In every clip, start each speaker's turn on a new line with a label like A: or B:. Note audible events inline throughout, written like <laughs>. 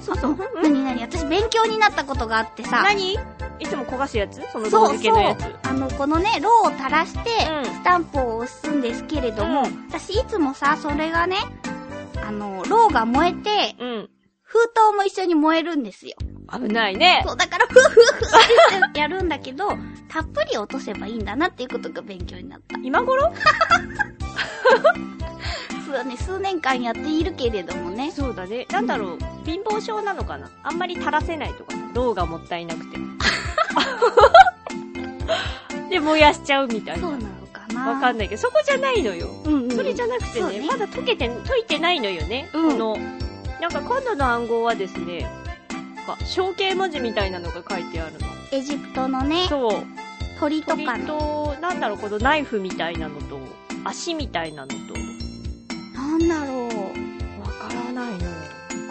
A: そうそう。
B: うん
A: なになに私勉強になったことがあってさ。
B: 何いつも焦がすやつその
A: そ
B: ロー
A: う
B: 付け
A: そう
B: のやつ。
A: あの、このね、ローを垂らして、
B: うん
A: スタンプを押すんですけれども、
B: う
A: 私いつもさ、それがね、あの、ローが燃えて、
B: うん
A: 封筒も一緒に燃えるんですよ。
B: 危ないね
A: そう、だから、ふふふってやるんだけど、たっぷり落とせばいいんだなっていうことが勉強になった。
B: 今頃
A: そうね、数年間やっているけれどもね。
B: そうだねなんだろう貧乏症なのかなあんまり垂らせないとかローがもったいなく
A: <laughs>
B: てで燃やしちゃうみたい
A: そ
B: な
A: うなのかな
B: わかん
A: ない。
B: ないけどそこじゃないのよ
A: うん、うん。
B: それじゃなくて
A: そう
B: ね、
A: ね
B: まだ溶けて、溶いてないのよね。
A: うん
B: この、なんか今度の暗号はですね、なんか象形文字みたいなのが書いてあるの。
A: エジプトのね、
B: そう。
A: 鳥と
B: 鳥
A: かね。
B: と、なんだろう、このナイフみたいなのと、足みたいなのと、
A: なんだろう。
B: わからないのよ。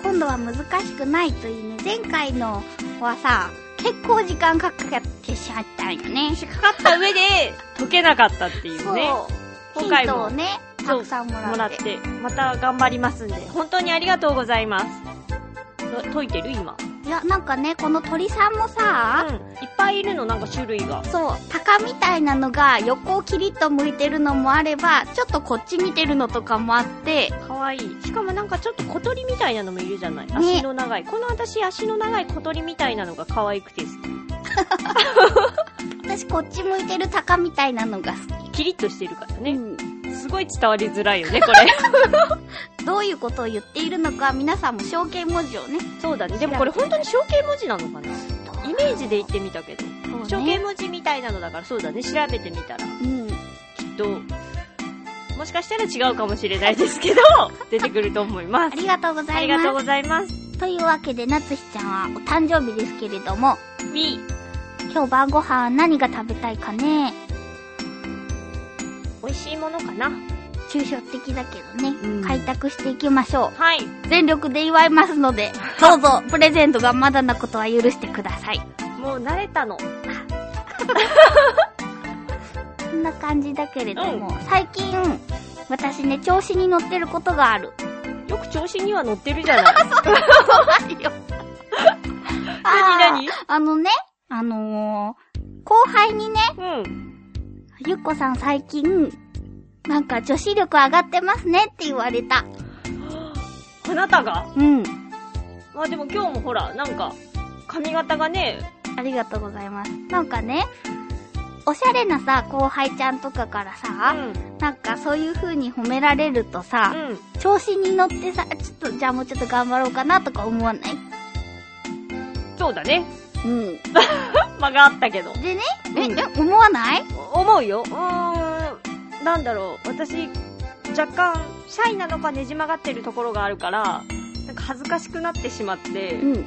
A: 今度は難しくないといいね。前回のはさ、結構時間かかってしまったんよね。
B: かかった上で、溶けなかったっていうね。
A: そう。ヒ
B: 今
A: ン
B: 回
A: ト
B: も
A: をね、たくさんも
B: も
A: ら
B: ら
A: っ。
B: ってて、また頑張りますんで、本当にありがとうございます。と解いてる今。
A: いや、なんかね、この鳥さんも
B: う
A: さ、
B: ん。いっぱいいるの、なんか種類が。
A: そう、鷹みたいなのが横をキリッと向いてるのもあれば、ちょっとこっち見てるのとかもあって、
B: かわいいしかもなんかちょっと小鳥みたいなのもいるじゃない、
A: ね
B: 足の長いこの私足の長い小鳥みたいなのが可愛くて好
A: 私こっち向いてる鷹みたいなのが好
B: きキリッとしてるから
A: き。う
B: ね、
A: ん
B: すごい伝わりづらいよねこれ
A: どういうことを言っているのか、皆さんも象形文字をね。
B: <laughs> そうだねでもこれ本当に象形文字なのかなイメージで言ってみたけど、
A: そ
B: 象
A: う
B: 形
A: ね。
B: 文字みたいなのだからそうだね調べてみたらきっ
A: うん。
B: ともしかしたら違うかもしれないですけ <laughs> ど出てくると思いま
A: あ
B: す
A: りがとうござ
B: あ
A: い
B: り
A: ま
B: が
A: す
B: とう。ございます
A: というわけで、なつひちゃんはお誕生日ですけれども、
B: み
A: 今日晩ご飯は何が食べたいかね。
B: 美味しいものかな
A: 抽象的だけどね、
B: うん
A: 開拓していきましょ。
B: はいう
A: 全力で祝いますので、どうぞ、プレゼントがまだなことは許してください。
B: もう慣れたの
A: こんな感じだけれども、最近、私ね、調子に乗ってることがある。
B: よく調子には乗ってるじゃ <laughs> ない。
A: <laughs>
B: なに
A: あのね、あのー、後輩にね、
B: なにうん。
A: ゆっこさん最近、なんか女子力上がってますねって言われた。
B: あなたが
A: うん。
B: まあでも今日もほら、なんか、髪型がね、
A: ありがとうございます。なんかね、おしゃれなさ、後輩ちゃんとかから
B: う
A: さ、
B: ん。
A: なんかそういう風に褒められるとさ、
B: うん。
A: 調子に乗ってさ、ちょっと、じゃあもうちょっと頑張ろうかなとか思わない
B: そうだね。
A: うん。
B: 間があったけど。
A: でね、え、
B: うん
A: え、思わない
B: 思うよ。うーん。なんだろう。私、若干、シャイなのかねじ曲がってるところがあるから、なんか恥ずかしくなってしまって、
A: う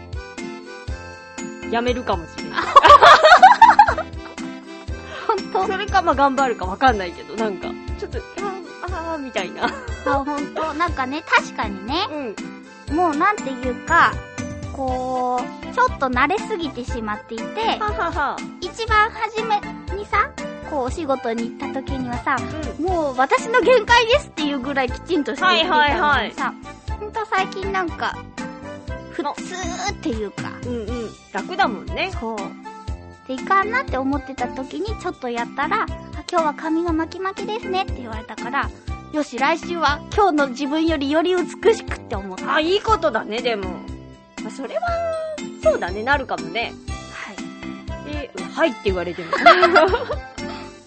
A: ん。
B: やめるかもしれない。
A: ほんと。
B: それか、まあ頑張るかわかんないけど、なんか、ちょっと、あー、あー、みたいな。
A: あ、ほんと。なんかね、確かにね、
B: うん。
A: もうなんていうか、こう、ちょっと慣れすぎてしまっていて、
B: ははは。
A: 一番初めにさ、こうお仕事に行った時にはさ、
B: う
A: もう私の限界ですっていうぐらいきちんとしていたの
B: はいはいは
A: に
B: い
A: さ、ほんと最近なんか、普通っていうか、
B: ん。うんうん。楽だもんね。
A: そう。で、いかんなって思ってた時にちょっとやったら、あ今日は髪が巻き巻きですねって言われたから、よし、来週は今日の自分よりより美しくって思った。
B: あ、いいことだね、でも。まあ、それは、そうだね、なるかもね。
A: はい。
B: え、はいって言われても。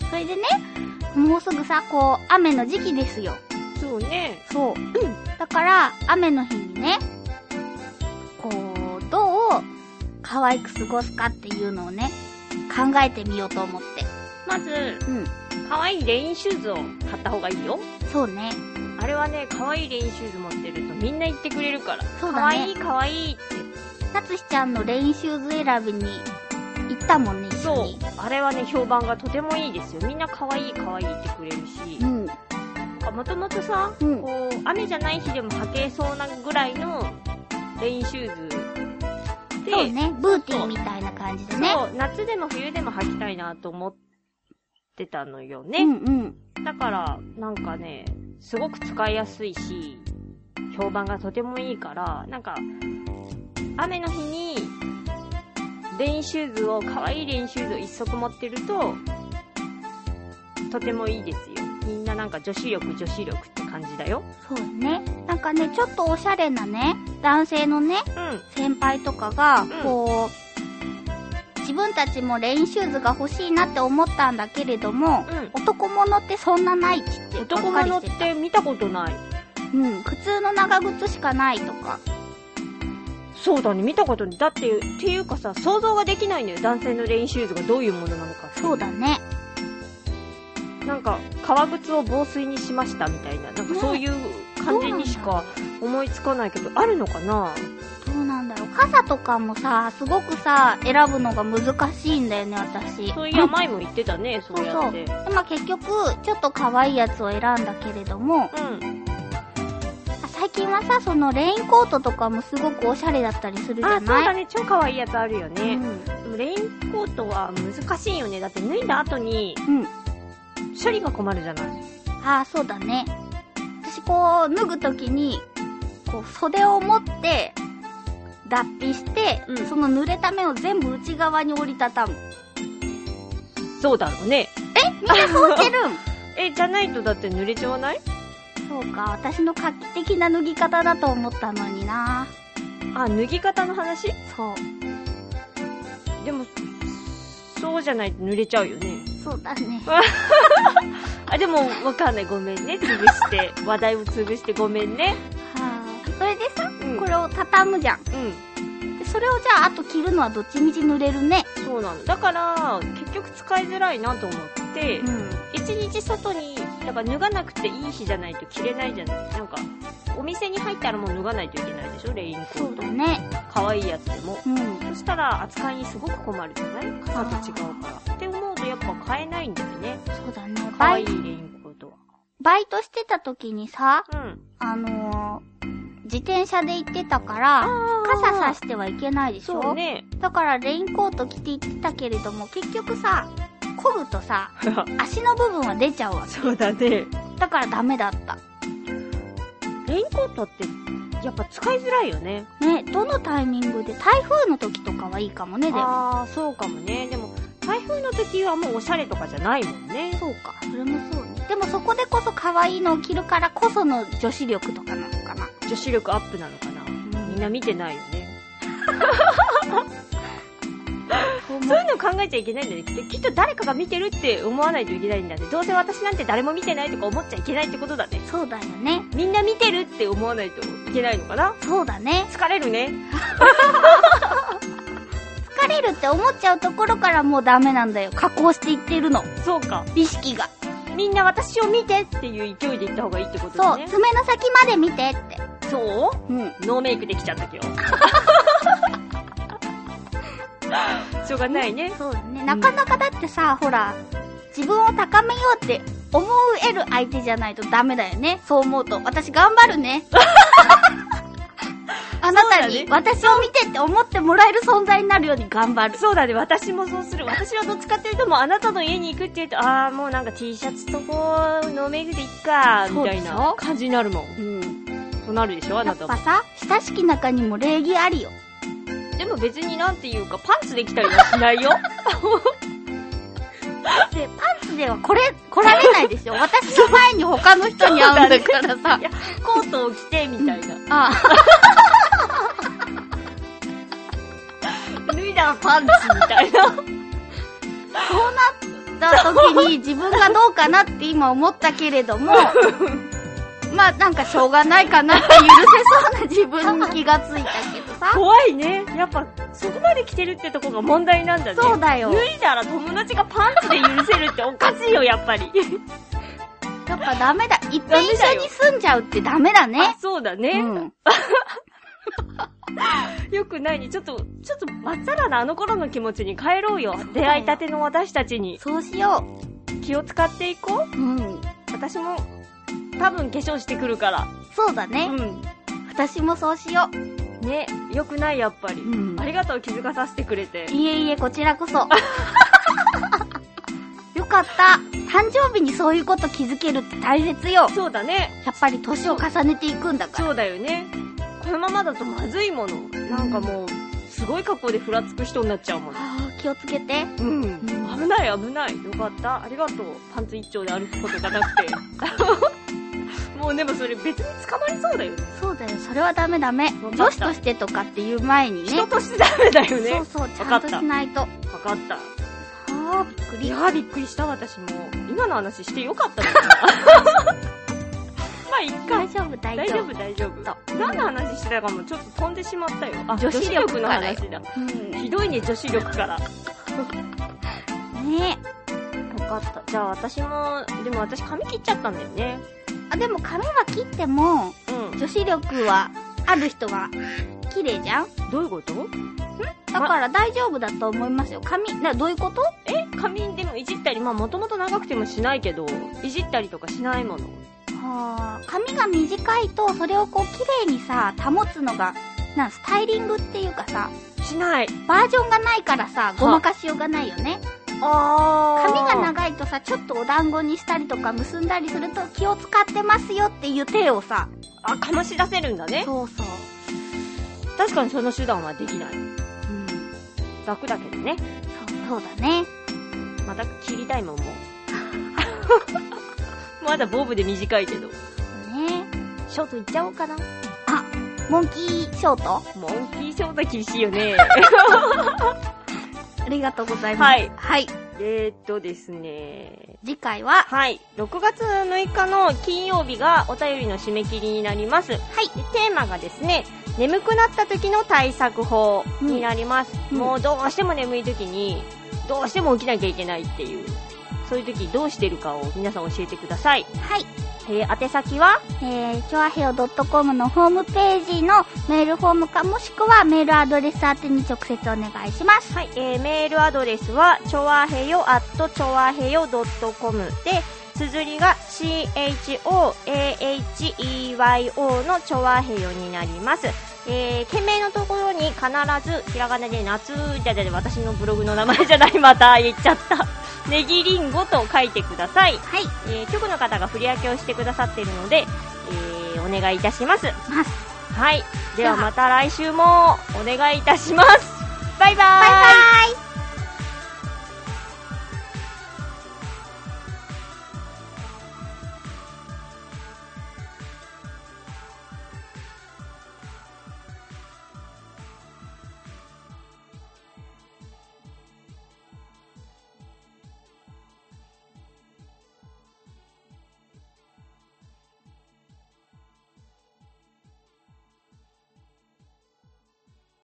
A: それでね、もうすぐさ、こう、雨の時期ですよ。
B: そうね。
A: そう。だから、雨の日にね、こう、どう、可愛く過ごすかっていうのをね、考えてみようと思って。
B: まず、
A: うん。
B: 可愛いレインシューズを買った方がいいよ。
A: そうね。
B: あれはね、可愛いレインシューズ持ってるとみんな言ってくれるから。
A: そう
B: 可
A: だ
B: 愛
A: ね
B: い。可愛いって。
A: なつしちゃんのレインシューズ選びに行ったもんね、一緒
B: そう
A: に。。
B: あれはね、評判がとてもいいですよ。みんな可愛い可愛いってくれるし。
A: うん。
B: もともとさ、
A: うん
B: こう、雨じゃない日でも履けそうなぐらいのレインシューズで、
A: そうね。ブーティーみたいな感じでね。
B: そう夏でも冬でも履きたいなと思ってたのよ
A: う
B: ね。
A: んうん。
B: だから、なんかね、すごく使いやすいし、評判がとてもいいから、なんか、雨の日に、レインシューズを、可愛いレインシューズを一足持ってると、とてもいいですよ。みんななんか女子力女子力って感じだよ。
A: そうね。なんかね、ちょっとおしゃれなね、男性のね、
B: うん。
A: 先輩とかが
B: ん、
A: こう、自分たちもレインシューズが欲しいなって思ったんだけれども、
B: う
A: 男物ってそんなないって言ってば
B: 男
A: っかり
B: 物っ
A: してた。
B: て見たことない。
A: うん、普通の長靴しかないとか。
B: そうだね、見たことない。だって、っていうかさ、想像ができないのよ。男性のレインシューズがどういうものなのかって。
A: そうだね。
B: なんか、革靴を防水にしましたみたいな、なんか
A: ね
B: そういう感じにしか思いつかないけど、あるのかな
A: どうなんだろう。傘とかもさ、すごくさ、選ぶのが難しいんだよね、私。
B: そういや、前も言ってたね、そうやって。
A: でまあ結局、ちょっと可愛いやつを選んだけれども、
B: うん。
A: あ最近はさ、そのレインコートとかもすごくおしゃれだったりするじ
B: あ、
A: ゃ
B: そう
A: ない
B: だね、超可愛いやつあるよね。
A: うん
B: でもレインコートは難しいよね。だって脱いだ後に、
A: うん。
B: 処理が困るじゃない。
A: ああ、そうだね。私こう、脱ぐときに、こう、袖を持って、脱皮して、
B: うん
A: その濡れた目を全部内側に折りたたむ。
B: そうだろうね。
A: みんなそうして
B: <laughs>
A: るん
B: え、じゃないとだって濡れちゃわない
A: そうか、私の画期的な脱ぎ方だと思ったのにな
B: あ、脱ぎ方の話
A: そう。
B: でも、そうじゃないと濡れちゃうよね。
A: そうだね。
B: あ、でも、わかんない。ごめんね。潰して。話題を潰してごめんね。
A: はあ。それでさ、
B: うん
A: これを畳むじゃん。
B: うん。
A: でそれをじゃあ、あと着るのはどっちみち濡れるね。
B: そうなの。だから、結局使いづらいなと思って、
A: ん。
B: 一日外に、だから脱がなくていい日じゃないと着れないじゃない。なんか、お店に入ったらもう脱がないといけないでしょレインコ
A: そう
B: ート
A: だ。ね。
B: 可愛いやつでも。
A: うん。
B: そしたら、扱いにすごく困るじゃない傘と違うから。って思うと、やっぱ買えないんだよね。
A: そうだね。
B: 可
A: バ
B: 愛い
A: イ
B: レインコートは。
A: バイトしてた時にさ、
B: うん。
A: あのー、自転車で行ってたから、傘さしてはいけないでし
B: そう
A: ょ、
B: ね。
A: だからレインコート着て行ってたけれども、結局さ、漕ぐとさ、
B: <laughs>
A: 足の部分は出ちゃうわけ。
B: そうだね。
A: だからダメだった。
B: レインコートって、やっぱ使いづらいよね。
A: ね、どのタイミングで、台風の時とかはいいかもね、でも。
B: ああ、そうかもね。でも、台風の時はもうおしゃれとかじゃないもんね。
A: そうか、それもそうね。でもそこでこそ可愛いのを着るからこその女子力とかなのかな。
B: 女子力アップなのかな。みんな見てないよね。
A: そう
B: そういうの考えちゃいけないんだよね。きっときっと誰かが見てるって思わないといけないんだね。どうせ私なんて誰も見てないとか思っちゃいけないってことだね。
A: そうだよね。
B: みんな見てるって思わないといけないのかな
A: そうだね。
B: 疲れるね。
A: 疲れるって思っちゃうところからもうダメなんだよ。加工していってるの。
B: そうか。
A: 意識が。
B: みんな私を見てっていう勢いで行った方がいいってこと
A: そ
B: だ
A: う、
B: ね。
A: 爪の先まで見てって。
B: そう
A: うん。
B: ノーメイクできちゃった
A: <laughs>
B: 今日。しょうがないね。
A: そうだね。
B: ん
A: なかなかだってさ、ほら、自分を高めようって思える相手じゃないとダメだよね。そう思うと。私頑張る <laughs> ね。あなた
B: そう
A: に
B: だ
A: 私を見てって思ってもらえる存在になるように頑張る。
B: そうだね、私もそうする。私はどっちかっていうと、もうあなたの家に行くって言うと、あーもうなんか T シャツとこう、ノーメイクでいっか、みたい
A: そうでし
B: な
A: ょ
B: 感じになるもん。
A: うん。
B: となるでしょ、あ
A: や
B: な
A: ったぱ
B: も。
A: さ、親しき中にも礼儀ありよ。
B: でも別になんていうか、パンツできたりはしないよ。
A: で、パンツではこれ、来られないでし <laughs> ょ。私の前に他の人に会うんだからさ。
B: いや、コートを着て、みたいな。
A: あ
B: 脱いだらパンツみたいな。
A: あ、だ時に自分がどうかなって今思ったけれど
B: <laughs>
A: も、まあなんかしょうがないかなって許せそうな自分に気がついたけどさ。
B: 怖いね。やっぱ、そこまで着てるってとこが問題なんだね。
A: そうだよ。
B: 脱いだら友達がパンツで許せるっておかしいよ、やっぱり。
A: やっぱダメだ。いっぺん一緒に住んじゃうってダメだ
B: <laughs> あ
A: ね。
B: そうだ
A: う
B: ね。
A: ん。
B: よくないね。ちょっと、ちょっと、まっさらなあの頃の気持ちに帰ろうよ。出会いたての私たちに
A: そうしよ
B: 気を使っていこう。
A: う。うん。
B: 私も、多分化粧してくるから。
A: そうだ
B: う
A: ね。
B: ん。
A: 私もそうしよ
B: ね、よくない、やっぱり。
A: う。うん
B: ありがとう、気づかさせてくれて。
A: いえいえ、こちら
B: <laughs>
A: こそ。よかった。誕生日にそういうこと気づけるって大切よ。
B: そうだね。
A: やっぱり年を重ねていくんだから。
B: そうだよね。このままだとまずいもの。なんかもう、すごい格好でふらつく人になっちゃうもの。
A: ああ、気をつけて。
B: うん。危ない危ない。よかった。ありがとう。パンツ一丁で歩くことがな <laughs> くて。もうでもそれ別に捕まりそうだよね。
A: そうだよ、それはダメダメ。
B: かった
A: 女子としてとかっていう前にね。
B: 人としてダメだよね。
A: そうそう、ちゃんとしないと。あ
B: わかった。
A: あ、びっく
B: い
A: り。
B: やーびっくりした私も。今の話してよかった <laughs> のかなまあいっか
A: 大。丈夫、大
B: 大
A: 丈
B: 丈
A: 夫。
B: 夫大丈夫。
A: と
B: 何の話してたかもちょっと飛んでしまったよ。あ、
A: 女
B: 女
A: 子
B: 子
A: 力
B: 力の
A: からよ
B: 話だ。
A: うん。
B: ひどいね、女子力から。
A: ねえ。
B: 分かった。じゃあ私も、でも私髪切っちゃったんだよね。
A: あ、でも髪は切っても、
B: う
A: 女子力は、ある人は、綺麗じゃん
B: ん。どういうこと
A: だから大丈夫だと思いますよ。髪、な、どういうこと
B: え髪でもいじったり、まあもともと長くてもしないけど、いじったりとかしないもの。
A: はあ、髪が短いとそれをこう綺麗にさ保つのがなんスタイリングっていうかさ
B: しない。
A: バージョンがないからさごまかしようがないよね
B: あ
A: 髪が
B: く。
A: 長いとさちょっとお団子にしたりとか結んだりすると気を使ってますよっていう手をさ
B: あ、かまし出せるんだね。
A: そうそう、
B: 確かにその手段はできない。
A: うん、
B: 楽だけどね。
A: そうそうだね
B: また切りたいもん <laughs> もう。まだボブで短いけど。
A: ね
B: ショートいっちゃおうかな。
A: モンキーショート
B: モンキーショート厳しいよ <laughs> ね。
A: ありがとうございます
B: はい
A: はい、
B: えーっとですね。
A: 次回は
B: はい。6月6日の金曜日がお便りの締め切りになります。
A: はい
B: でテーマがですね、眠くなった時の対策法になります。
A: うん
B: もうどうしても眠い時に、どうしても起きなきゃいけないっていう、そういう時どうしてるかを皆さん教えてください。
A: はい
B: えー、宛先は
A: えー、チョアヘオ .com のホームページのメールフォームかもしくはメールアドレス宛てに直接お願いします。
B: はい、えー、メールアドレスは、ちょわへよ、アットちょわへよ .com で、綴りが CHOAHEYO のちょわへよになります。えー、件名のところに必ず、ひらがなで夏、じゃじゃじゃ私のブログの名前じゃない、また言っちゃった。ネギリンゴと書いてください。
A: はい。
B: えー、局の方が振り分けをしてくださっているので、えー、お願いいたします。
A: ます。
B: はい。ではまた来週もお願いいたします。バ
A: バイ
B: イバーイ
A: バイ